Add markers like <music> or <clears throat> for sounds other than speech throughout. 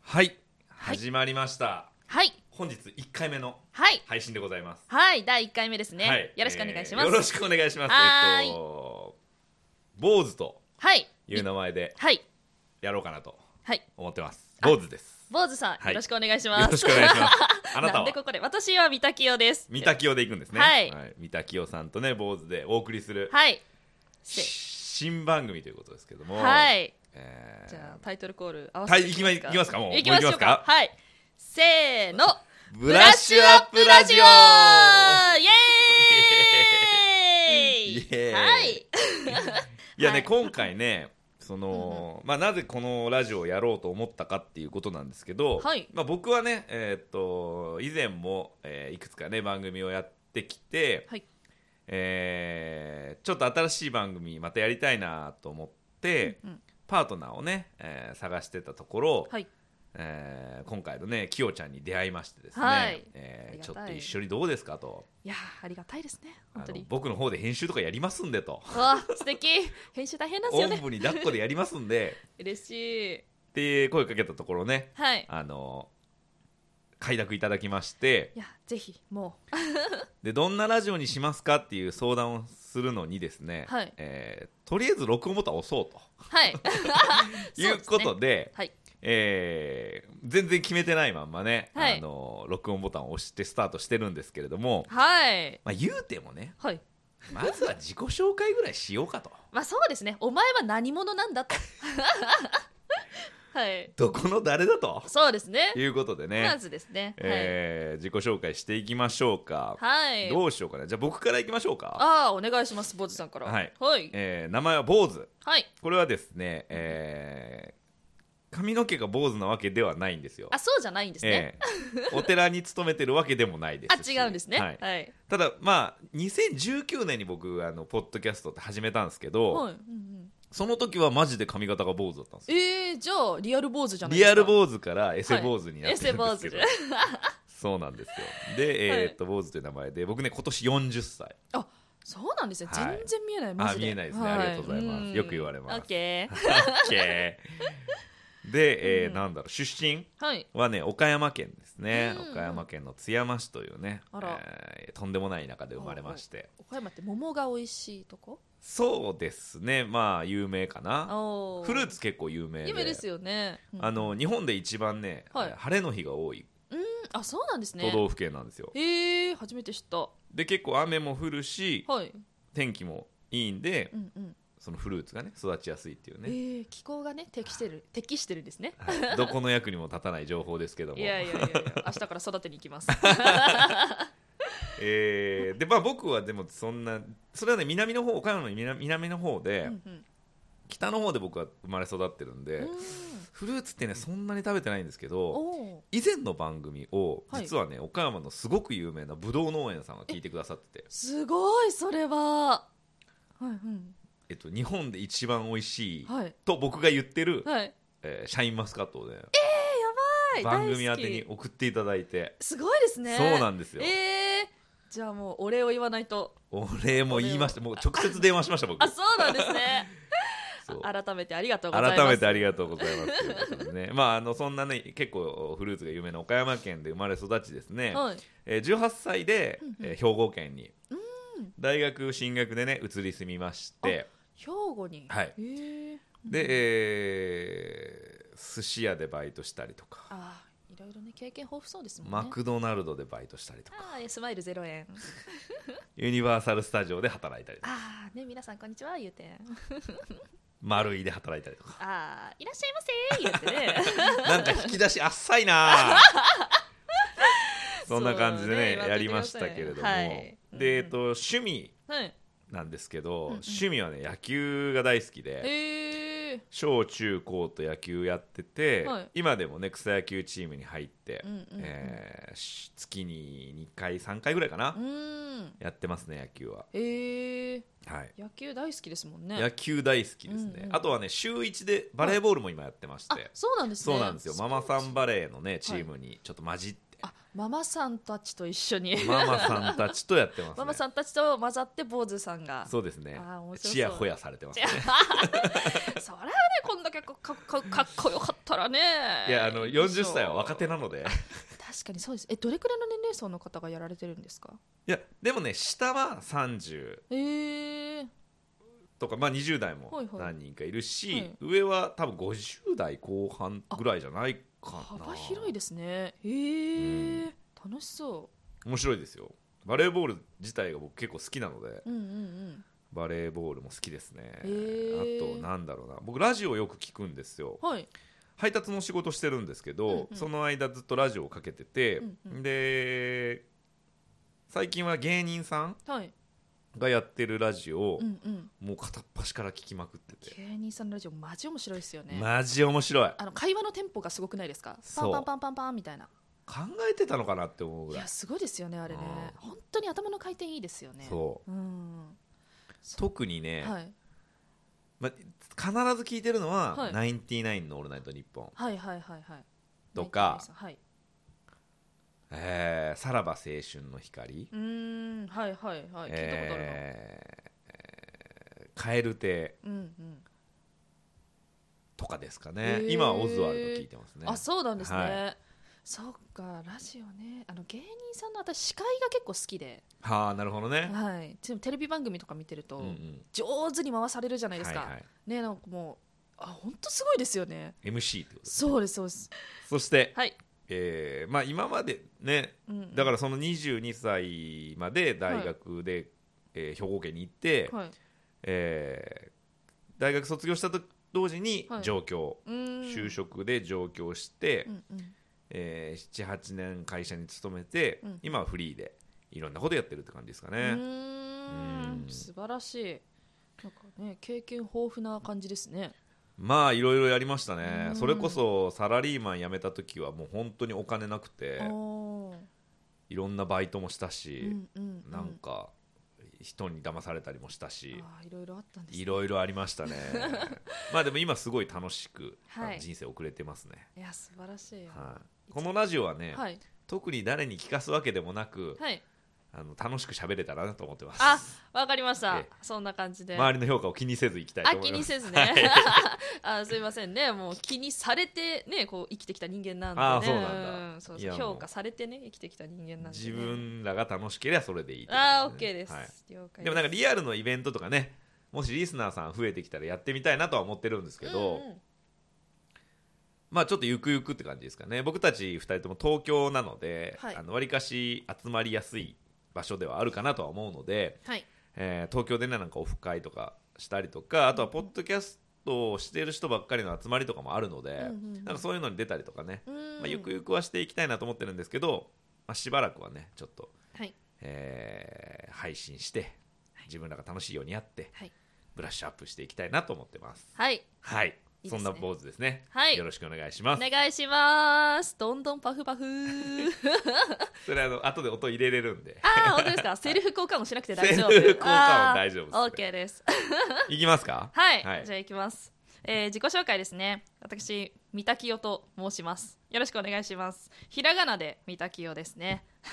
はい、はい始まりましたはい本日1回目のはい配信でございます、はい第一回目ですね、はいよろしくお願いします、えーよろしくお願いしますはーいえっと坊主とはいいう名前ではいやろうかなとはい思ってますあ坊主です <laughs> 坊主さん、はいよろしくお願いしよますろしくお願いし <laughs> ますあなたんはでここで私は三田清です三田清でいくんですねはい三田清さんとね坊主でお送りするはいせ新番組ということですけどもはいえーじゃあタイトルコール合わはせてい、いきまいきますかもういきましょもううかいきますかはいせーのブラッシュアップラジオイエーイイエーイはいいやね、はい今回ねその、まあ、なぜこのラジオをやろうと思ったかっていうことなんですけど、はいまあ、僕はね、えーっと以前も、えーいくつかね番組をやってきて、はいえーちょっと新しい番組またやりたいなと思って、うんうんパートナーをね、えー探してたところ、はいえー今回のねきよちゃんに出会いましてですね、はいあえーりがちたょっいと一緒にどうですかといやーありがたいですねあ本当のに僕の方で編集とかやりますんでと、わあ素敵編集大変なんですおよんねぶに抱っこでやりますんで。嬉しいって声かけたところねはいあの快諾いただきましていやぜひもうでどんなラジオにしますかっていう相談をするのにですね、はいえーとりあえず録音ボタンを押そうとはいいそううですねことで <laughs> はいえー全然決めてないまんまね、はいあの録音ボタンを押してスタートしてるんですけれども、はいまあ、言うてもねはいまずは自己紹介ぐらいしようかとまあそうですねお前は何者な <laughs> んだとはいどこの誰だとそうですねいうことでね、まずですねはいえー自己紹介していきましょうか、はいどうしようかねじゃあ僕からいきましょうかああお願いします坊主さんからはいはいえー名前は坊主はいこれはですね、えー髪の毛が坊主なわけではないんですよあそうじゃないんですねえーお寺に勤めてるわけでもないであすし違うんですねはいはいただまあ2019年に僕あのポッドキャストって始めたんですけど、はいうんうんその時はマジで髪型が坊主だったんですよえーじゃあリアル坊主じゃないでリすかアル坊主からエセ坊主になってるんはいですけど、エセ <laughs> そうなんですよで、えーはいえっと坊主という名前で僕ね今年40歳 <laughs> あそうなんですねはい全然見えないマあジで見えないですねありがとうございますよく言われますオッケー OK で、えーうんなんだろう出身はいはね岡山県ですね、うん岡山県の津山市というねあら、えーとんでもない田舎で生まれまして岡山って桃が美味しいとこそうですねまあ有名かなおーフルーツ結構有名で有名ですよね、うんあの日本で一番ね、はい晴れの日が多いあそうなんです都ね道府県なんですよ、へえ初めて知ったで結構雨も降るしはい天気もいいんで、うんうん、そのフルーツがね育ちやすいっていうね、えー気候がね適して <laughs> る適してるんですねはいどこの役にも立たない情報ですけどもいやいやいやいや明日から育てに行きます <laughs> えーでまあ僕はでもそんなそれはね南の方岡山の南南の方うで、んうん北の方で僕は生まれ育ってるんで、うんフルーツってねそんなに食べてないんですけどおー以前の番組をはい実はね、岡山のすごく有名なぶどう農園さんが聞いてくださってて、すごいそれははいうんえっと、日本で一番美味しい、はいと僕が言ってる、はいえーシャインマスカットをね、はい番組大宛好てにき送っていただいて、すごいですねそうなんんですよ、えーじゃあもうお礼を言わないとお礼も言いましたもう直接電話しました僕あそうなんですね <laughs> そう改めてありがとうございます改めてありがとうございますということでねまああのそんなね結構フルーツが有名な岡山県で生まれ育ちですね、はいえー18歳でうん、うんえー兵庫県に大学進学でね移り住みまして兵庫にはいへーで、えー寿司屋でバイトしたりとか、ああいろいろね経験豊富そうですもんねマクドナルドでバイトしたりとかああスマイル0円 <laughs> ユニバーサル・スタジオで働いたりとかああね皆さんこんにちは言 <laughs> うて丸いで働いたりとかああいらっしゃいませ言うてね <laughs> なんか引き出しあっさいなそんな感じでねそうねやりましたけれども、やってくださいはいで、えうんっと趣味 <laughs> はいなんですけど、んうん趣味はね野球が大好きでええ小中高と野球やってて、はい今でもね草野球チームに入って、うんうんうんえーし月に2回3回ぐらいかな、うーんやってますね野球は、ええはい、野球大好きですもんね野球大好きですね、うんうんあとはね週1でバレーボールも今やってまして、あそうなんですねそうなんですよママさんばバレーのねチームにちょっと混じってあママさんたちと一緒にママさんたちとやってます、ね、ママさんたちと混ざって坊主さんがそうですねあー面白そうちやほやされてますじゃあ <laughs> そりゃねこんだけかかかかっこよかったらねいやあの40歳は若手ななので確かにそうですえどれくらいの年齢層の方がやられてるんですかいやでもね下は30えー、とか、まあ、20代はもいはい何人かいるし、はい上は多分50代後半ぐらいじゃないかな幅広いですねえー楽しそ面白いですよバレーボール自体が僕結構好きなのでううんうんうんバレーボールも好きですね、へーあとなんだろうな僕ラジオよく聞くんですよはい配達の仕事してるんですけど、うんうんその間ずっとラジオをかけてて、うんうで最近は芸人さんはいがやってるラジオをうんうんもう片っ端から聞きまくってて、芸人さんのラジオマジ面白いですよね、マジ面白いあの会話のテンポがすごくないですかパそンうパンパンパンパンみたいな考えてたのかなって思ういぐらいやすごいですよねあれねう本当に頭の回転いいですよねそううん特にね、はいま、必ず聞いてるのは「はいナインティナインのオールナイトニッポンはいはいはいはいとかはい」えー「さらば青春の光う」ーんはいはいはい聞いたことあるな、えー「蛙亭うんうん」とかですかね、へー今はオズワルド聞いてますねあそうなんですね、はそうかラジオねあの芸人さんの私司会が結構好きで、はあなるほどね、はい、でもテレビ番組とか見てると、うんうん上手に回されるじゃないですか、はいはい、ねなんかもうあ本当すごいですよね MC ってことですそうですそうですそして、はい、えーまあ、今までねうんうんだからその22歳まで大学で、えー兵庫県に行って、はい、えー大学卒業したと同時にはい上京、うーん就職で上京して、うんうんえー78年会社に勤めて、うん今はフリーでいろんなことやってるって感じですかうね、ーうんん素晴らしいなんかね経験豊富な感じですねまあいろいろやりましたね、うんそれこそサラリーマン辞めた時はもう本当にお金なくてあーいろんなバイトもしたうし、んうんうなんか人に騙されたりもしたし、あーいろいろあったんですねいろいろありましたね <laughs> まあでも今すごい楽しく、はいあの人生送れてますね、いや素晴らしいよはい、このラジオはね、はい特に誰に聞かすわけでもなく、 <laughs> はいあの楽しく喋れたらなと思ってますあわかりましたええそんな感じで周りの評価を気にせずいきたいとあ思い気ますにせずね、 <laughs> あすいませんねもう気にされてねこう生きてきた人間なんでねあそうなんだうそういやもう評価されてね生きてきた人間なんで、ね、自分らが楽しければそれでいいと思いあまーすね OK です、はい了解でもなんかリアルのイベントとかねもしリスナーさん増えてきたらやってみたいなとは思ってるんですけど、うんうんまあちょっとゆくゆくって感じですかね僕たち2人とも東京なのではいあのりかし集まりやすい場所ではあるかなとは思うので、はいえー東京でねなんかオフ会とかしたりとかあとはポッドキャストをしてる人ばっかりの集まりとかもあるので、んうんうんなんかそういうのに出たりとかね、うーんまあ、ゆくゆくはしていきたいなと思ってるんですけど、まあ、しばらくはねちょっと、はいえー配信して自分らが楽しいようにやって、はいブラッシュアップしていきたいなと思ってますはいはいいいですそねんな坊主ですね、はいよろしくお願いしまおす、願いしますどんどんパフパ <laughs> フそれあの後で音入れれるんでああ本当ですかセルフ交換もしなくて大丈夫 <laughs> セルフ交換は大丈夫ですあー OK ですいきますかはい、はいじゃあ行きます、えー自己紹介ですね私三田清と申しますよろしくお願いしますひらがなで三田清ですね <laughs>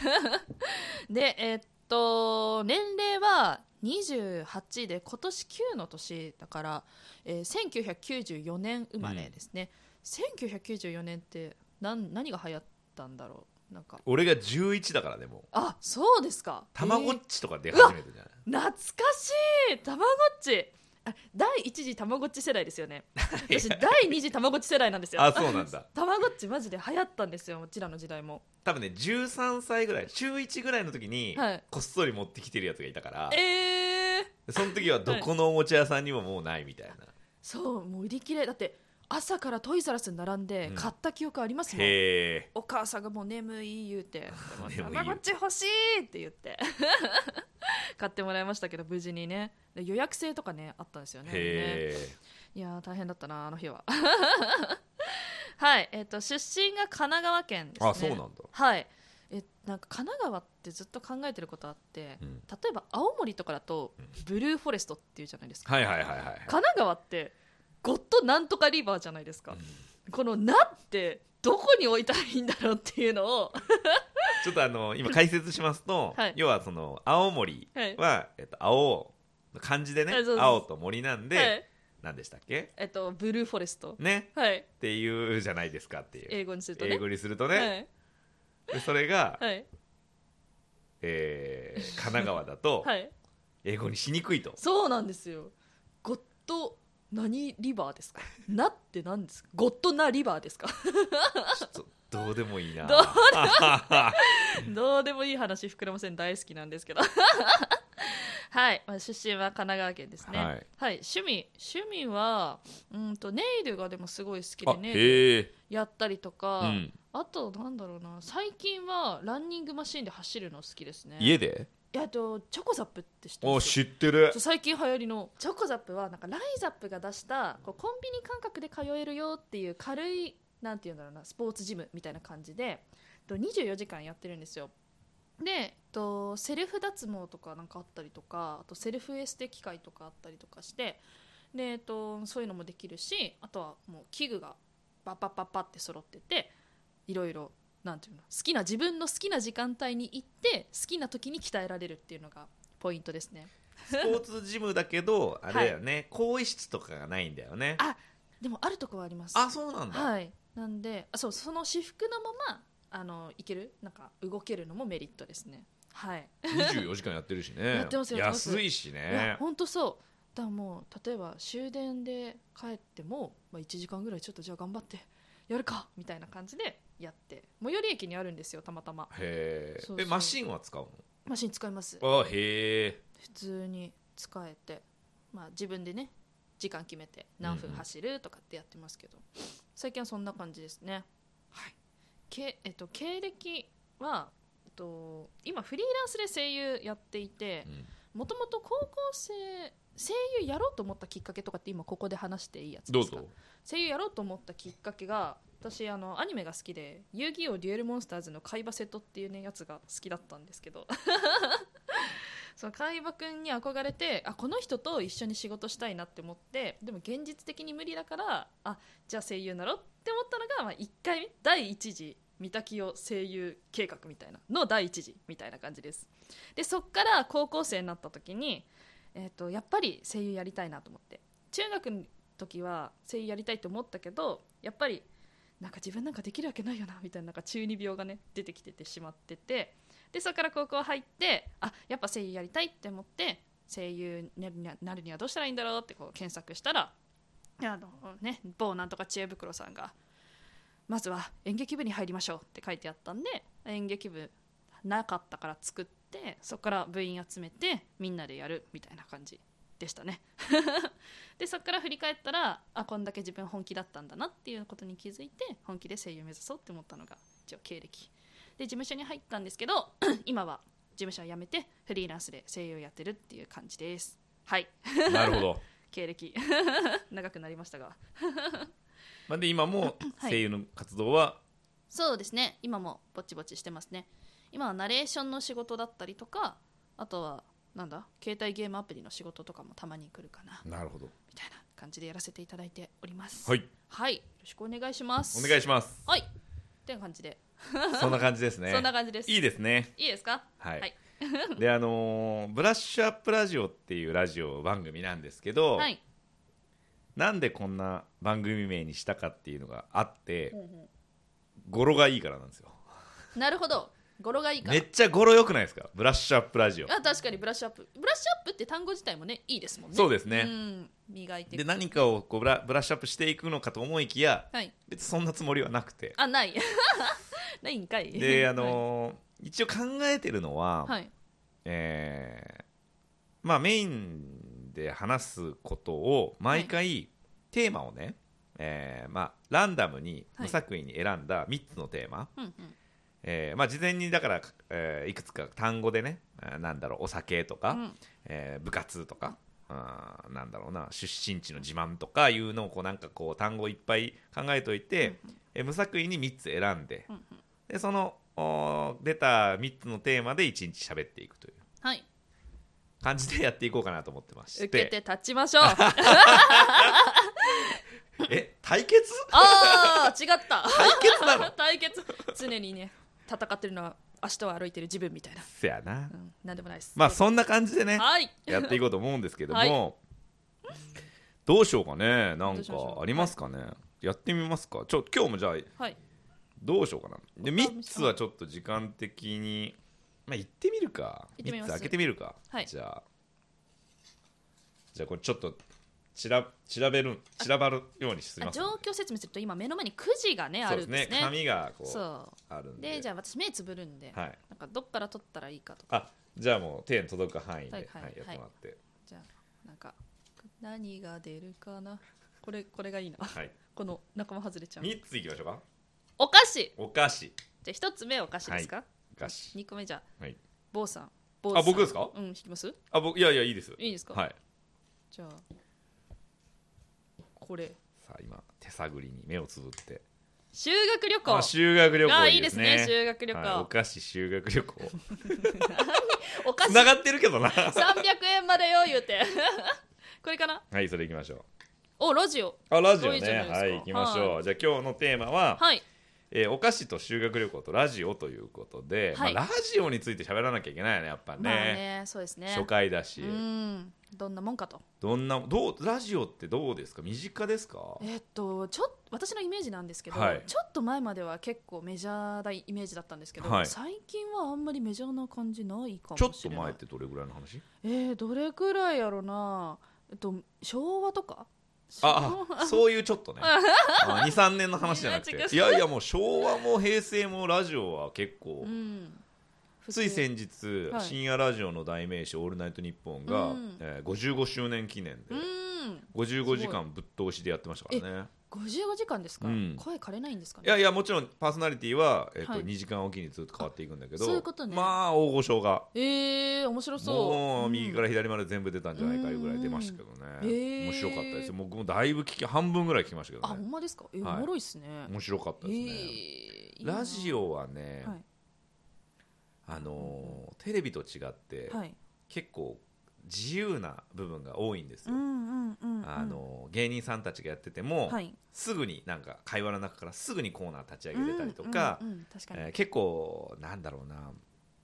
でえーっと年齢は28で今年9の年だから、えー、1994年生まれですね、1994年って何何が流行ったんだろうなんか俺が11だからでもうあそうですかたまごえっーちとか出始めてるじゃない、懐かしいたまごっちあ第一次たまごっち世代で <laughs> すよね私第二次たまごっち世代なんですよあそうなんだたまごっちマジで流行ったんですようちらの時代も多分ね13歳ぐらい中1ぐらいの時に、はいこっそり持ってきてるやつがいたからえー、その時はどこのおもちゃ屋さんにももうないみたいな、そうもう売り切れだって朝からトイザらスに並んでうん買った記憶ありますもん、へえお母さんがもう眠い言う <laughs> て眠い「たまごっち欲しい!」って言って <laughs> 買ってもらいましたけど無事にねで予約制とかねあったんですよねへえいやー大変だったなあの日は <laughs> はいえっ、と出身が神奈川県ですねあそうなんだはいえなんか神奈川ってずっと考えてることあって、うん例えば青森とかだとブルーフォレストっていうじゃないですか、はいはいはいはい神奈川ってゴッドなんとかリバーじゃないですか、この「な」ってどこに置いたらいいんだろうっていうのをちょっとあの今解説しますと、はい要はその青森は、えっと、青漢字でねあそうです青と森なんで、はい何でしたっけえっとブルーフォレストねはいっていうじゃないですかっていう英語にするとね英語にするとね、でそれが、はいはいえー神奈川だとはい英語にしにくいと、そうなんですよゴッド何リバーですか <laughs> 「な」って何ですかゴッドなリバーですか <laughs> ちょっとどうでもいいなどうどうでもいい話膨らません大好きなんですけど <laughs> はい、まあ、出身は神奈川県ですねははいい、趣味趣味はうんとネイルがでもすごい好きあでねへえ、やったりとか、うん、あとなんだろうな最近はランニングマシンで走るの好きですね家でいやあとチョコザップって知ってまおす知ってるそう最近流行りのチョコザップはなんかライザップが出したこうコンビニ感覚で通えるよっていう軽いなんていうんだろうなスポーツジムみたいな感じでと24時間やってるんですよでとセルフ脱毛とかなんかあったりとかあとセルフエステ機械とかあったりとかしてで、えっと、そういうのもできるしあとはもう器具がパッパッパッパって揃ってていろいろなんていうの好きな自分の好きな時間帯に行って好きな時に鍛えられるっていうのがポイントですねスポーツジムだけどあれだよね、更衣室とかがないんだよねあでもあるとこはありますあそうなんだ、はいなんであそうその私服のままあのいけるなんか動けるのもメリットですねはい、 24時間やってるしね <laughs> やってますよやってます安いしいやねほんとそうだからもう例えば終電で帰っても、まあ、1時間ぐらいちょっとじゃあ頑張ってやるかみたいな感じでやって最寄り駅にあるんですよたまたまへそうえそえうマシンは使うマシン使いますのあへえ普通に使えて、まあ、自分でね時間決めて何分うんうん走るとかってやってますけど、最近はそんな感じですね、はいけえっと、経歴は、えっと、今フリーランスで声優やっていてもともと高校生声優やろうと思ったきっかけとかって今ここで話していいやつどでうすかぞ声優やろうと思ったきっかけが私あのアニメが好きで「遊戯王デュエルモンスターズ」の海馬瀬戸っていうねやつが好きだったんですけど <laughs> その海馬くんに憧れてあこの人と一緒に仕事したいなって思ってでも現実的に無理だからあじゃあ声優なろって思ったのが、まあ、1回目第1次三滝を声優計画みたいなの第1次みたいな感じですでそっから高校生になった時に、えっとやっぱり声優やりたいなと思って中学の時は声優やりたいと思ったけどやっぱりなんか自分なんかできるわけないよなみたいななんか中二病がね出てきててしまっててでそこから高校入ってあやっぱ声優やりたいって思って声優になるにはなるにはどうしたらいいんだろうってこう検索したらあのね某なんとか知恵袋さんが「まずは演劇部に入りましょう」って書いてあったんで演劇部なかったから作ってそこから部員集めてみんなでやるみたいな感じでしたね。でそこから振り返ったらあこんだけ自分本気だったんだなっていうことに気づいて本気で声優目指そうって思ったのが一応経歴で事務所に入ったんですけど <clears throat> 今は事務所を辞めてフリーランスで声優をやってるっていう感じですはい <laughs> なるほど経歴 <laughs> 長くなりましたがまあで今もはい声優の活動はそうですね今もぼちぼちしてますね今はナレーションの仕事だったりとかあとはなんだ携帯ゲームアプリの仕事とかもたまに来るかなみなるほどたいな感じでやらせていただいておりますはいはい、よろしくお願いしますお願いし <laughs> ますはい。って感じで、そんな感じですねそんな感じです。いいいですねいですか？はい、はいであのーブラッシュアップラジオ」っていうラジオ番組なんですけど、はい。なんでこんな番組名にしたかっていうのがあって、語呂がいいからなんですよなるほど。語呂がいいかめら。っちゃ語呂良くないですかブラッシュアップラジオあ、確かにブラッシュアップ。ブラッシュアップって単語自体もね、いいですもんね。そうですねうん、磨いていくで何かをこうブラブラッシュアップしていくのかと思いきやはい。別にそんなつもりはなくてあ、ない。 <laughs> ないんかい。であのー一応考えてるのは、はい、はい。えーまあメインで話すことを毎回テーマをね、えーまあランダムにはい無作為に選んだ3つのテーマ、うんうん。えーまあ事前にだから、えーいくつか単語でねあーなんだろうお酒とか、うんえー部活とかあーなんだろうな出身地の自慢とかいうのをこうなんかこう単語いっぱい考えといて、えー無作為に3つ選んで,、うんうんでそのおー出た3つのテーマで1日喋っていくというはい。 <laughs> 感じでやっていこうかなと思ってまして受けて立ちましょう。対決ああ違った対決なの <laughs> 対決常にね戦ってるのは足とは歩いてる自分みたいな、せやなうん、なんでもないですまあそんな感じでねはいやっていこうと思うんですけども、はいどうしようかねなどんうしかましょうありますかねやってみますかちょ今日もじゃあ <laughs> はいどうしようかなでお試し3つはちょっと時間的にまあ行ってみるか行ってみ3つます開けてみるか、はいじゃあじゃあこれちょっとちら調べる散らばるようにしあます状況説明すると今目の前にくじがねあそうでるすんですねね紙がこうそあるんうででじゃあ私目つぶるんで、はいなんかどっから取ったらいいかとかあじゃあもう手に届く範囲で、ははいいはいやってもらってじゃあなんか何が出るかなこれこれがいいなはい、この仲間外れちゃう三3ついきましょうかお菓子お菓子じゃあ一つ目お菓子ですか、お菓子二個目じゃあはい坊さん坊さん僕ですかうん引きますあ僕いやいやいいですいいですかはいじゃあこれさあ今手探りに目をつぶって修学旅行あ修学旅あ行いいですね修学旅行、はいお菓子修学旅 <laughs> 行お菓つ子ながってるけどな <laughs> 300円までよ言うてこれかなはいそれいきましょうおラジオあラジオいいじゃないねですかはい行きましょう、はじゃあ今日のテーマは、はいえーお菓子と修学旅行とラジオということで、はいまあ、ラジオについて喋らなきゃいけないよねやっぱね,、まあねそうですね初回だし、うんどんなもんかとどんなどうラジオってどうですか身近ですかえーっとちょっ私のイメージなんですけど、はいちょっと前までは結構メジャーなイメージだったんですけど、はい最近はあんまりメジャーな感じないかもしちょっれないと前ってどれぐらいの話えー、どれくらいやろなえっと昭和とかああそういうちょっと <laughs> ね23年の話じゃなくいや違うていやいやもう昭和も平成もラジオは結構、うんつい先日、はい深夜ラジオの代名詞「オールナイトニッポンが」うんえー55周年記念でうん55時間ぶっ通しでやってましたからね55時間ですか、うん声枯れないんですかいねやいやもちろんパーソナリティはえっとはい2時間おきにずっと変わっていくんだけあそういどうことねまあ大御所がえー、面白そう、もう右からら左まで全部出たんじゃないかいうぐらい出ましたけどうんねへー面白かったですよ僕もだいぶ聞き半分ぐらい聞きましたけうんあどほねんまですかえー、はいおもろいっすね面白かったですねえーいいなラジオはねはいあのーテレビと違ってはい結構自由な部分が多いんですうよんうんうん、うん、あの芸人さんたちがやってても、はいすぐになんか会話の中からすぐにコーナー立ち上げれたりとか,、うんうんうん確かに、えー結構なんだろうな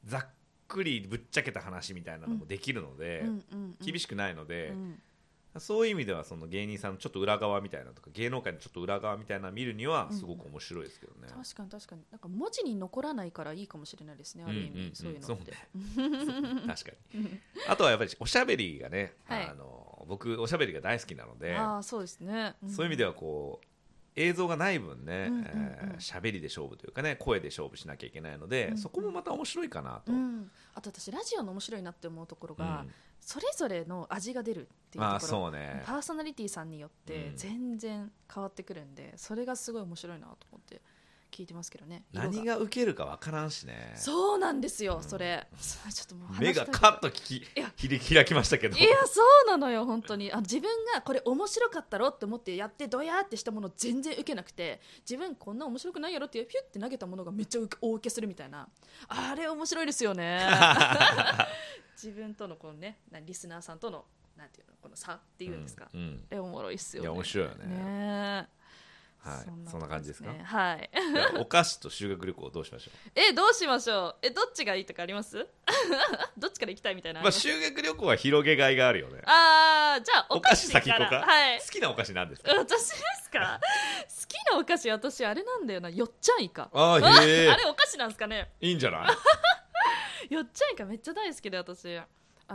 ざっくりぶっちゃけた話みたいなのもできるので、うんうんうん厳しくないのでう、んそういう意味ではその芸人さんのちょっと裏側みたいなのとか芸能界のちょっと裏側みたいなの見るにはすごく面白いですけどね。確かに確かになんか文字に残らないからいいかもしれないですねある意味、うんうんうんそういうのって <laughs> 確かにあとはやっぱりおしゃべりがね、はいあの僕おしゃべりが大好きなのでああそうですね、んそういう意味ではこう映像がない分ねうんうんうんえー喋りで勝負というかね声で勝負しなきゃいけないので、うんうんそこもまた面白いかなと、うん、あと私ラジオの面白いなって思うところが、うんそれぞれの味が出るっていうところまあそうねパーソナリティさんによってうん全然変わってくるんで、それがすごい面白いなと思って聞いてますけどね色何が受けるか分からんしねそうなんですよ、それ <laughs> ちょっともう話目したがいカッと聞いやき切り開きましたけどいやそうなのよ本当にあ自分がこれ面白かったろって思ってやってドヤーってしたもの全然受けなくて自分こんな面白くないやろってピュって投げたものがめっちゃ受け大受けするみたいなあれ面白いですよ <laughs> ね自分とのこのねなリスナーさんとのなんていうのこの差っていうんですか、うんうんえおもろいっすよねいや面白いよねねえはいとこそんな感じですかねはいじ <laughs> ゃあお菓子と修学旅行どうしましょう、えどうしましょうえどっちがいいとかあります <laughs> どっちから行きたいみたいなのまありあ、ます修学旅行は広げがいがあるよねあーじゃあおお菓菓子子から先行こうか、はい好きなお菓子なんですか私ですか好きなお菓子私あれなんだよなよっちゃんいかああーへえ <laughs> あれお菓子なんですかねいいんじゃ <laughs> ないよっちゃんいかめっちゃ大好きで私あ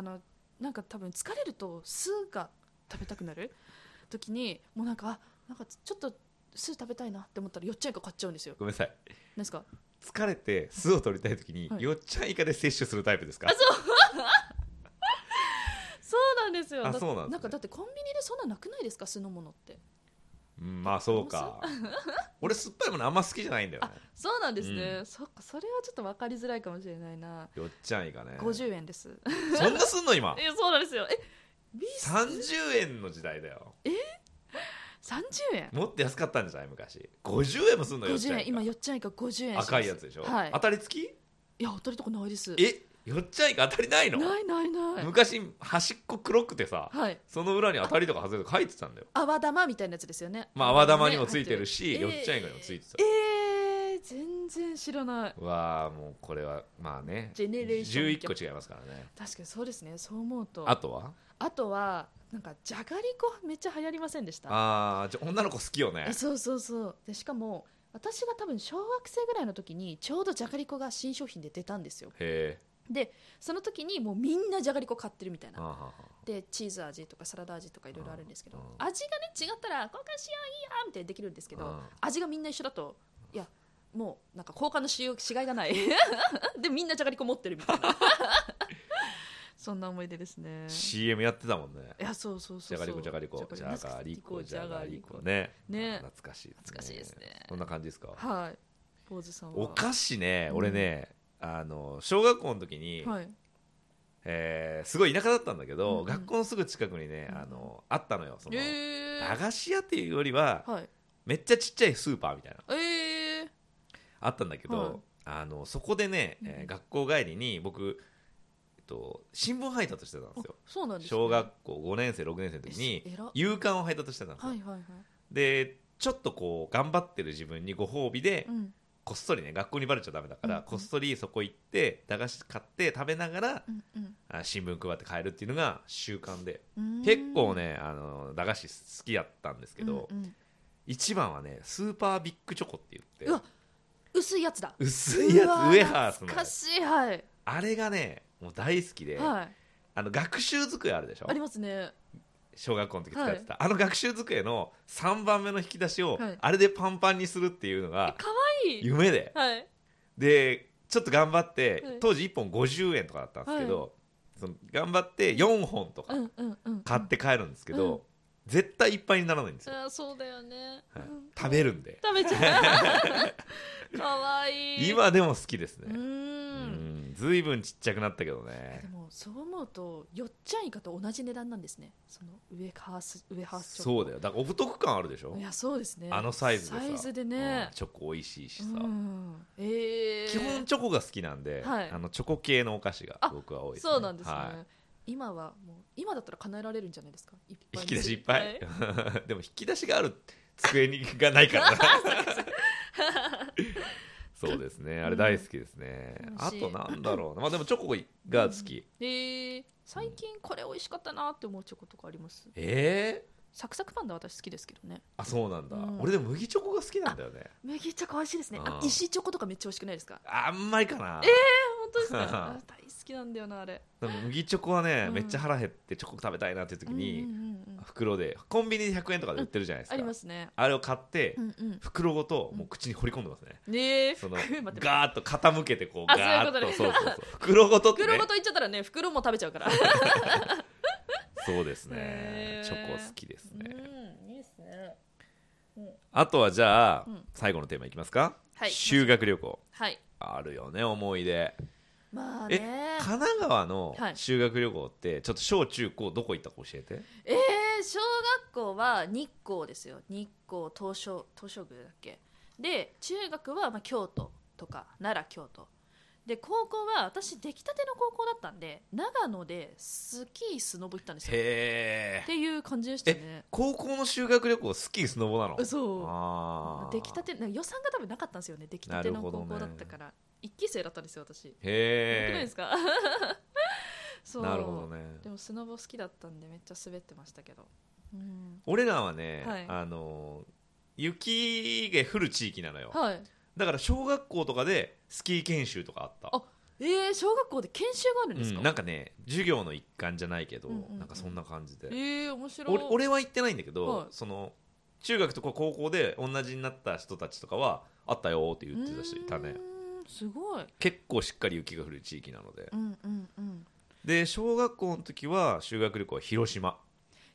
のなんか多分疲れると酢が食べたくなる時にもうなんかあなんかちょっと酢食べたいなって思ったらよっちゃんいか買っちゃうんですよごめんなさい何ですか疲れて酢を取りたい時に、はいよっちゃんイカで摂取するタイプですかそうなんですよあだそうなんですねなんかだってコンビニでそんななくないですか酢のものってうんまあそうか俺酸っぱいものあんま好きじゃないんだよねそうなんですね、うそっかそれはちょっと分かりづらいかもしれないなよっちゃんいかね50円です <laughs> そんなすんの今えそうなんですよえビース30円の時代だよ30円もっと安かったんじゃない昔50円もすんのよっち50ゃん円今よっちゃんいか50円します赤いやつでしょ、はい当たり付きいや当たりとかないですえよっちゃいが当たりないのないないない昔端っこ黒くてさはいその裏に当たりとか外れとか書いてたんだよ泡玉みたいなやつですよねまあ泡玉にもついてるし、ねよ入ってるちゃいがにもついてた、えー、全然知らないわあもうこれはまあねジェネレーションギャ11ップ個違いますからね確かにそうですねそう思うとあとはあとはなんかじゃがりこめっちゃ流行りませんでしたああーじゃあ女の子好きよねえそうそうそうでしかも私が多分小学生ぐらいの時にちょうどじゃがりこが新商品で出たんですよへえでその時にもうみんなじゃがりこ買ってるみたいあーなはーはでチーズ味とかサラダ味とかいろいろあるんですけどうんうん味がね違ったら交換しよういいよみたいにできるんですけうどん味がみんな一緒だといやもうなんか交換のしようしがいが <laughs> ないでみんなじゃがりこ持ってるみた <laughs> いなそんな思い出ですねー CM やってたもんねいやそうそうそじうゃがりこじゃがりこじゃがりこじゃがりこねね懐かしいですね懐かしいですねそんな感じですかはい坊主さんはお菓子ねうん俺ねあの小学校の時に、はいえーすごい田舎だったんだけど、うんうん学校のすぐ近くにねうんあのあったのよその、え駄菓子屋っていうよりはー、はいめっちゃちっちゃいスーパーみたいなのえー、あったんだけど、はいあのそこでね、えーうん学校帰りに僕、えっと、新聞配達してたんですよあそうなんです、ね、小学校5年生6年生の時えに偉っ夕刊を配達してたんですよ、はいはいはい、でちょっとこう頑張ってる自分にご褒美で、うん、こっそりね学校にバレちゃダメだから、うんこっそりそこ行って駄菓子買って食べながらうんうんあ新聞配って帰るっていうのが習慣でうーん結構ねあの駄菓子好きやったんですけど、うんうん一番はねスーパービッグチョコって言うっわて薄いやつだ薄いやつウうわェハースの懐かしいはい、あれがねもう大好きで、はいあの学習机あるでしょありますね小学校の時使ってた、あの学習机の3番目の引き出しを、はいあれでパンパンにするっていうのがかわいい夢ではいでちょっと頑張って、はい当時1本50円とかだったんですけど、その頑張って4本とかうんうんうん買って帰るんですけど、うん絶対いっぱいにならないんですよ、あーそうだよね、はいうん食べるんで食べちゃ <laughs> うかわいい今でも好きですうーねうんんずいぶんちっちゃくなったけどねでもそう思うとよっちゃんイカと同じ値段なんですねその上ハース上ハースチョコそうだよだからお得感あるでしょいやそうですねあのサイズでさサイズでうねん、チョコ美味しいしうさ、んえー、基本チョコが好きなんで、はいあのチョコ系のお菓子があ僕は多いです、ね、そうなんですね、は今はもう今だったら叶えられるんじゃないですかいっい、ぱい引き出しいっぱ、はい <laughs> でも引き出しがある机にがないからな <laughs> そうですねあれ大好きですね、うんあとなんだろうな、まあ、でもチョコが好き、えー、最近これ美味しかったなって思うチョコとかありますえーサクサクパンダ私好きですけどねあそうなんだ、うん俺でも麦チョコが好きなんだよね麦チョコ美味しいですねあうん石チョコとかめっちゃ美味しくないですかあんまりかな、え本当ですかあ大好きなんだよなあれでも麦チョコはね、うんめっちゃ腹減ってチョコ食べたいなっていう時に、うんうんうんうん袋でコンビニで100円とかで売ってるじゃないですか、ありますねあれを買って、うんうん袋ごともう口に放り込んでますね、ねえその <laughs> 待って待ってガーッと傾けてこうあガーッとそういそううことねそうそう袋ごとって、ね、袋ごといっちゃったらね袋も食べちゃうからそうですねへーチョコ好きですね、うんいいですねあとはじゃあ、うん最後のテーマいきますか、はい修学旅行はいあるよね思い出まあね神奈川のはい修学旅行ってちょっと小中高どこ行ったか教えてえー、小学校は日光ですよ日光東照東照宮だっけで中学はまあ京都とか奈良京都で高校は私出来たての高校だったんで長野でスキースノボ行ったんですよへえっていう感じでしたね高校の修学旅行スキースノボなのそうあー出来たてなんか予算が多分なかったんですよね出来たての高校だったから、一期生だったんですよ私、よくないへでえすか <laughs> そうなるほどねでもスノボ好きだったんでめっちゃ滑ってましたけど、うん、俺らはね、はいあのー雪が降る地域なのよはいだから小学校とかでスキー研修とかあったあえー、小学校で研修があるんですか、うん、なんかね授業の一環じゃないけど、うんうんうんなんかそんな感じで、えー、面白い俺俺は行ってないんだけど、はいその中学とか高校で同じになった人たちとかはあったよーって言ってた人いたねうーんすごい結構しっかり雪が降る地域なのでうんうんうんで小学校の時は修学旅行は広島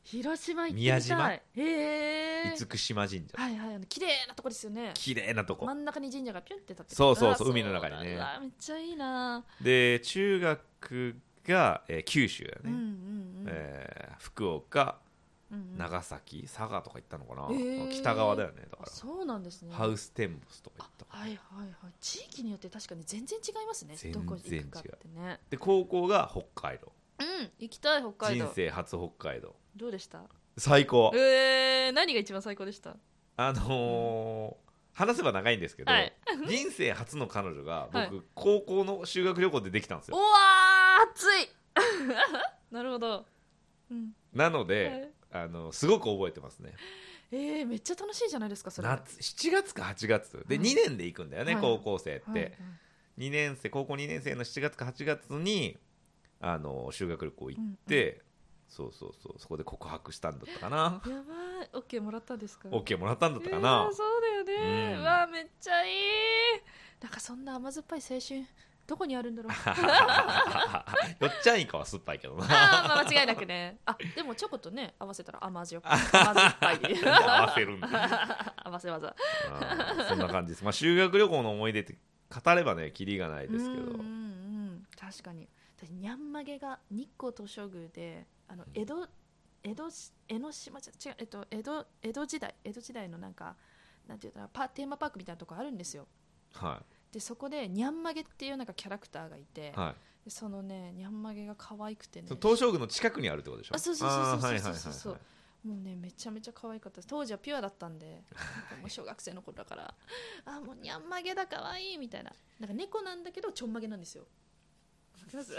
広島行ってみたい宮島へえ厳島神社はいはいあの綺麗なとこですよね綺麗なとこ真ん中に神社がピュンって立ってるそうそうわそう海の中にねうわめっちゃいいな、で中学が、えー九州だうね、んうんうん、えー福岡うんうん長崎佐賀とか行ったのかな、へー北側だよねだあからそうなんですねハウステンボスとか行ったはいはいはい地域によって確かに全然違いますね全ど然こ行くかってねで高校が北海道うん行きたい北海道人生初北海道どうでした最高えー、何が一番最高でしたあのー話せば長いんですけど、はい <laughs> 人生初の彼女が僕、はい高校の修学旅行でできたんですおよわー熱い <laughs> なるほど、うん、なので、あのすごく覚えてますねえー、めっちゃ楽しいじゃないですかそれ夏7月か8月で、うん2年で行くんだよね、はい高校生って、はいはい2年生高校2年生の7月か8月にあの修学旅行行うっんて、そうそうそうそこで告白したんだったかなやばいオッケーもらったんですか OK もらったんだったかな、えーそうだよね、ううんわめっちゃいいなんかそんな甘酸っぱい青春どこにある <laughs> んだろうよっちゃんイカは酸っぱいけどなあー、まあ、間違いなくねあでもチョコとね合わせたら甘じよく甘酸っぱい <laughs> 合わせるんだ <laughs> 合わせ技あーそんな感じです、まあ、修学旅行の思い出って語ればねキリがないですけど、うんうんうん、確かに私にゃんまげが日光東照宮であの江戸江戸し江ノ島じゃ違う、えっと、江戸江戸時代江戸時代のなんかなんていうのパテーマパークみたいなとこあるんですよはでそこでにゃんまげっていうなんかキャラクターがいて、いはいでそのねにゃんまげが可愛くてねその東照宮の近くにあるってことでしょあそうそうそうそうそうあーはいはいはいはいそうもうねめちゃめちゃ可愛かったです当時はピュアだったんでなんかもう小学生の頃だからあもうにゃんまげだ可愛いみたいななんか猫なんだけどちょんまげなんですよわかります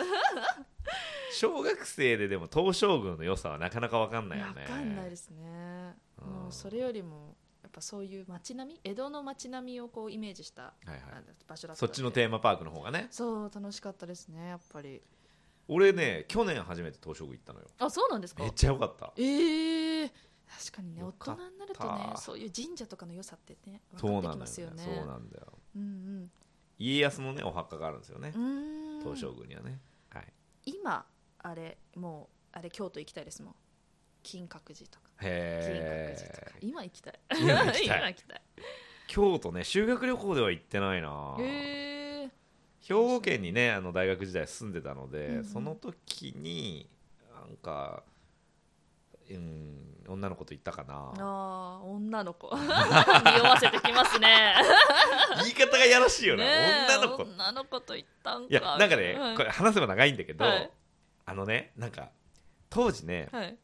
小学生ででも東照宮の良さはなかなか分かんないよねわかんないですね、うんもうそれよりもやっぱそういう街並み江戸の街並みをこうイメージした、はいはいあの場所だったそんっでちのテーマパークの方がねそう楽しかったですねやっぱり俺ね去年初めて東照宮行ったのよあそうなんですかめっちゃ良かったええ確かにねよ大か人ったになるとねそういう神社とかの良さってねそう分かっなんだてきますよよねねそうなんだようん家康のねお墓があるんですよねう、んうーん東照宮にはねはい今あれもうあれ京都行きたいですもん金閣寺とか銀閣寺とへか今行きたいえ今行きたい <laughs> 今行きたい京都ね修学旅行では行ってないなへえ兵庫県にねあの大学時代住んでたので、うんうんその時になんかうん女の子と行ったかなあー <laughs> 女の子匂わせてきますね言い方がやらしいよねねえ女の子女の子と言ったんかいやなんかね、はいこれ話せば長いんだけど、はいあのねなんか当時ねはい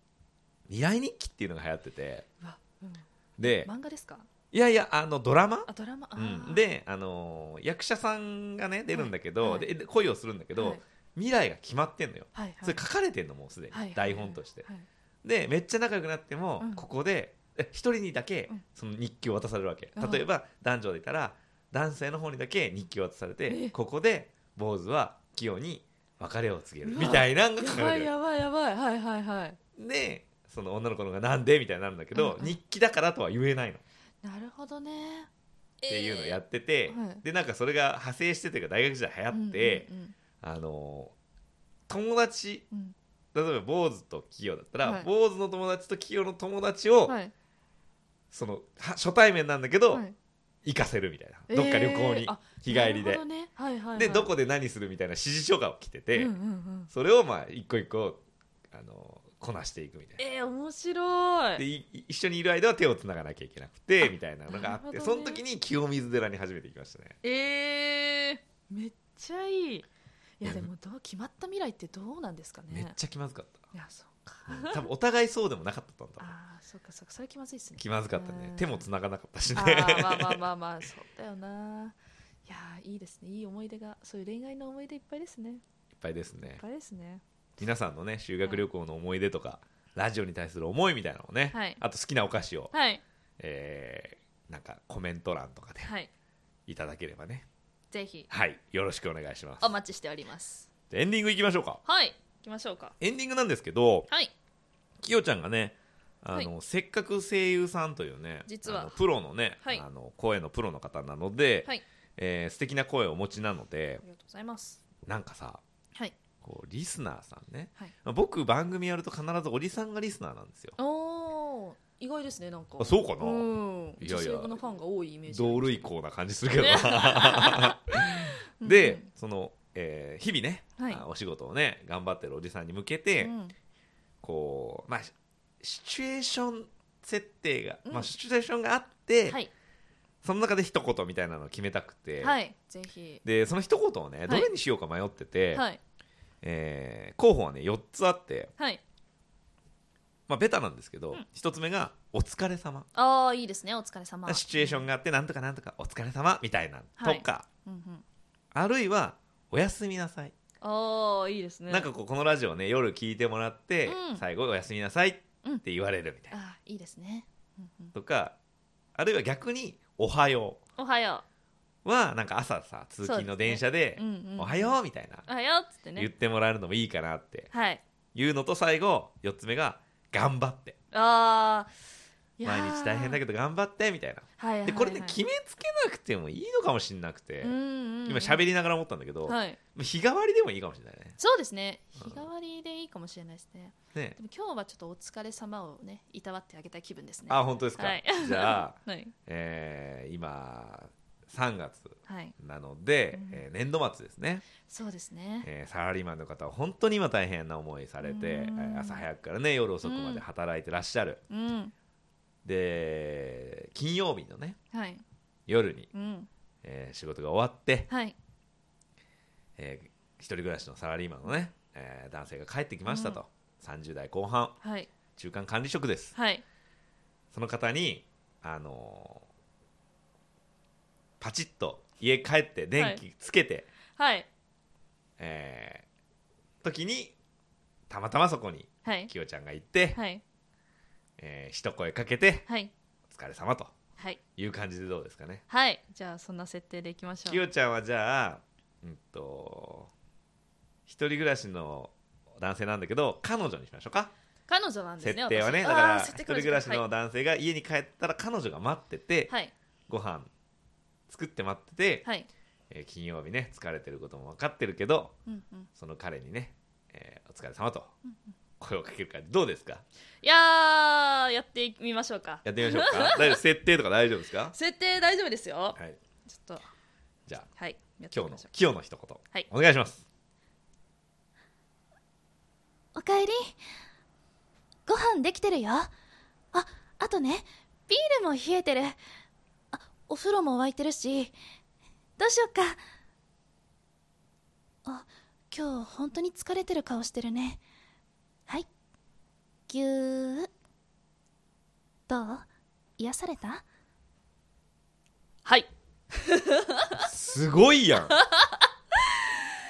未来日記っていうのが流行っててうわうんで漫画ですかいやいやあのドラマあドラマあうーん、で、あのー役者さんがね出るんだけど、はいはいでで恋をするんだけど、はい未来が決まってんのよはいはいそれ書かれてんのもうすでに、はいはい台本として、はいはいでめっちゃ仲良くなっても、うんここでえ一人にだけうんその日記を渡されるわけ、あー例えば男女でいたら男性の方にだけ日記を渡されてえここで坊主は清に別れを告げるうわみたい <laughs> なんが書やかればいてるやばいやばいはいはいはいでその女の子の方がなんでみたいになるんだけど、うんうん日記だからとは言えないのっなるほどねっていうのをやってて、えーはいでなんかそれが派生してというか大学時代流行って、うんあのー友達うん例えば坊主と清だったら、はい坊主の友達と清の友達を、うんはいそのは初対面なんだけど、はい行かせるみたいなどっか旅行に、えーあ日帰りなで、るほどねはいはいはいでどこで何するみたいな指示書が来てて、うんうんうんそれをまあ一個一個あのーこなしていくみたいな。えー面白でいい一緒にいる間は手をつながなきゃいけなくてあみたいなのがあっなて、るほそどのね時に清水寺に初めて行きましたねえーめっちゃいいいやでもどう決まった未来ってどうなんですかねめっちゃ気まずかっいやそうかた、うん多分お互いそうでもなかったんだろうああそうかそうかそれ気まずいですね気まずかったね手もつながなかったしねあーまあまあまあまあそうだよないやーいいですねいい思い出がそういう恋愛の思い出いっぱいですねいっいっぱいですねぱいですね皆さんのね修学旅行の思い出とか、ラジオに対する思いみたいなのをね、はいあと好きなお菓子を、はいえーなんかコメント欄とかではいいただければねぜひはいよろしくお願いしますお待ちしておりますでエンディングいきましょうかはい行きましょうかエンディングなんですけどはいきよちゃんがねあの、せっかく声優さんというね実はあのプロのね、はいあの声のプロの方なので、はいえー素敵な声をお持ちなのでありがとうございますなんかさはいこうリスナーさんね、はいまあ僕番組やると必ずおじさんがリスナーなんですよおー意外ですねなんかあそうかなうんいやいや女性のファンが多いイメージ同類校な感じするけどな <laughs> う <laughs> んでその、えー日々ね、はいあお仕事をね頑張ってるおじさんに向けて、うんこうまあシチュエーション設定が、うんまあ、シチュエーションがあって、はいその中で一言みたいなのを決めたくて、はいぜひでその一言をねどれにしようか迷ってて、はいえー候補はね4つあって、はいまあ、ベタなんですけど、うん一1つ目が「お疲れ様ああいいですねお疲れ様シチュエーションがあって「なんとかなんとかお疲れ様みたいなはいとか、うんうんあるいは「おやすみなさい」ああいいですねなんかこうこのラジオね夜聞いてもらって、うん最後「おやすみなさい」って言われるみたいな、あーいいですね、うんうん、とかあるいは逆に「おはよおはよう」はなんか朝さ通勤の電車でう、うんうん、おはよう」みたいな、おはようっつって言っねてもらえるのもいいかなってはいいうのと最後4つ目が「頑張って」ああ毎日大変だけけど頑張ってみたいなど、はいはいはい、でこれね決めつけなくてもいいのかもしれなくて、うんうんうん、今喋りながら思ったんだけど、はい日替わりでもいいかもしれないねそうですねうん日替わりでいいかもしれないですね、ねでも今日はちょっとお疲れ様をねいたわってあげたい気分ですねあ本当ですか、はい <laughs> じゃあ、はいえー今3月はいなので、うんえー年度末ですね、そうですねえーサラリーマンの方は本当に今大変な思いされて、えうんー朝早くからね夜遅くまで働いてらっしゃる、うんで金曜日のねはい夜に、うんえー仕事が終わって、はいえー一人暮らしのサラリーマンのね、えー男性が帰ってきましたと、30代後半はい中間管理職ですはいその方にあのーパチッと家帰って電気つけて、はいえー時にたまたまそこにはいきよちゃんが行って、はいえー一声かけてはい「お疲れ様とはいいう感じでどうですかねはいじゃあそんな設定でいきましょきうよちゃんはじゃあ、うん、と一人暮らしの男性なんだけど彼女にしましょうか彼女なんですね設定はね私だからあー一設定人彼女暮らしはのい男性が家に帰ったら彼女が待ってて、はいご飯作って待ってて、はいえー金曜日ね疲れてることも分かってるけどうんうんその彼にね、えーお疲れ様と声をかける感じどうですかいやーやってみましょうかやってみましょう <laughs> か大丈夫設定とか大丈夫ですか設定大丈夫ですよはいちょっとじゃあはいやって今日のみましょう今日の一言、はいお願いしますおかえりご飯できてるよああとねビールも冷えてるあお風呂も沸いてるしどうしよっかあ今日本当に疲れてる顔してるねはいぎゅーどう癒されたはいすごい <laughs> やん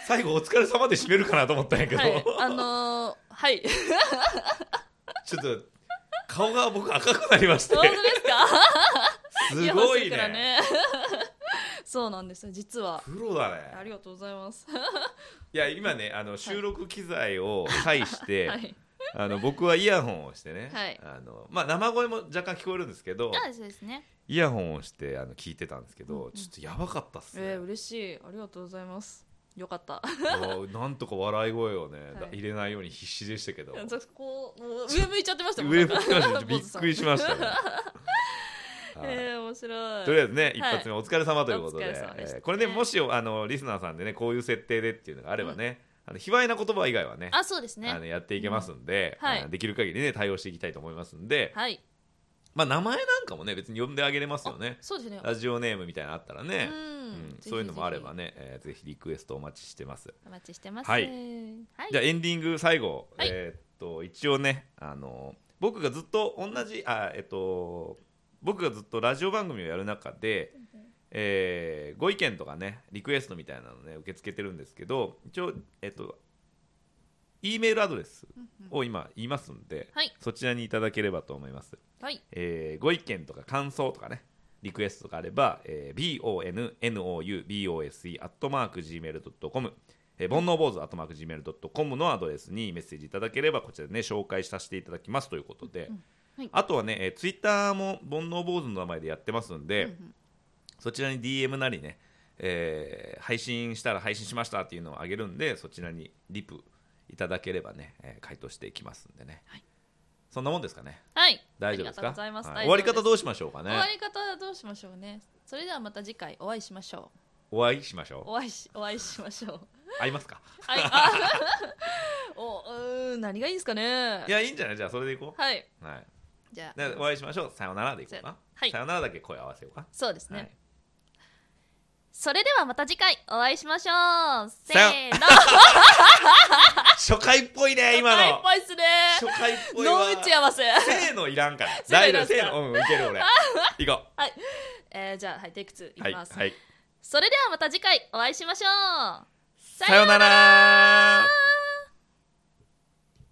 最後お疲れ様で締めるかなと思ったんやけど、はい、あのー、はい、 <laughs> ちょっと顔が僕赤くなりまして本当ですか。すごいやまさかねね <laughs> そうなんですよ、実は。プロだあねりがとうございます。いや今ねあの収録機材を介して、はい、あの僕はイヤホンをしてね、はいあのまあ、生声も若干聞こえるんですけどそうですねイヤホンをしてあの聞いてたんですけど、うんうんちょっとやばかったっすね、えー、嬉しい、ありがとうございます。よかった。いやなんとか笑い声をね、はい入れないように必死でしたけど私こう、もう上向いちゃってましたもん。上向きました坊びっ主さんくりしましたね、はい <laughs> えー、面白い。とりあえずね、一はい発目お疲れ様ということで、お疲れ様でしたえーこれね、もしあのリスナーさんでね、こういう設定でっていうのがあればね、あの卑猥な言葉以外はね、あ、そうですあのね。やっていけますんで、うんはいあのできる限りね、対応していきたいと思いますんで、はい、まあ名前なんかもね、別に呼んであげれますよね。そうですね。ラジオネームみたいなのあったらね、うんうんぜひそういうのもあればぜね、えーぜひリクエストお待ちしてます。お待ちしてますはいはいじゃあエンディング最後、はいえーっと一応ねあの僕がずっと同じあえっと僕がずっとラジオ番組をやる中で、えーご意見とかねリクエストみたいなのね受け付けてるんですけど一応えっと E メールアドレスを今言いますんで、はいそちらにいただければと思います、はい、えーご意見とか感想とかねリクエストがあれば、えー、bonoubose.gmail.com えー、煩悩坊主 .gmail.com のアドレスにメッセージいただければこちらでね紹介させていただきますということで、はいあとはね、えツイッター Twitter も煩悩坊主の名前でやってますんで、そちらに DM なりね、えー配信したら配信しましたっていうのをあげるんでそちらにリプいただければね、えー回答していきますんでね、そんなもんですかねはい、大丈夫ですかありがとうございます。はい終わり方どう、どうしましょうかね終わり方はどうしましょうね。それではまた次回お会いしましょう。お会いしましょ <laughs> お会いし、お会いしましょう。う会いますかはい、あおうーん何がいいんですかねいやいいんじゃないじゃあそれでいこはいうはいじゃあでお会いしましょうさよならでいこうかな、はいさよならだけ声合わせようか、そうですね、はいそれではまた次回お会いしましょうせさよーの <laughs> 初回っぽいね今はいのっぱいっすね初回っぽいわノー打ち <laughs> 合わせせーのいらんからせーの大いら丈夫せんからーのうんいける <laughs> 俺行こえー、じゃあはいテイク2いうはきいます、はいそれではまた次回お会いしましょうさよなら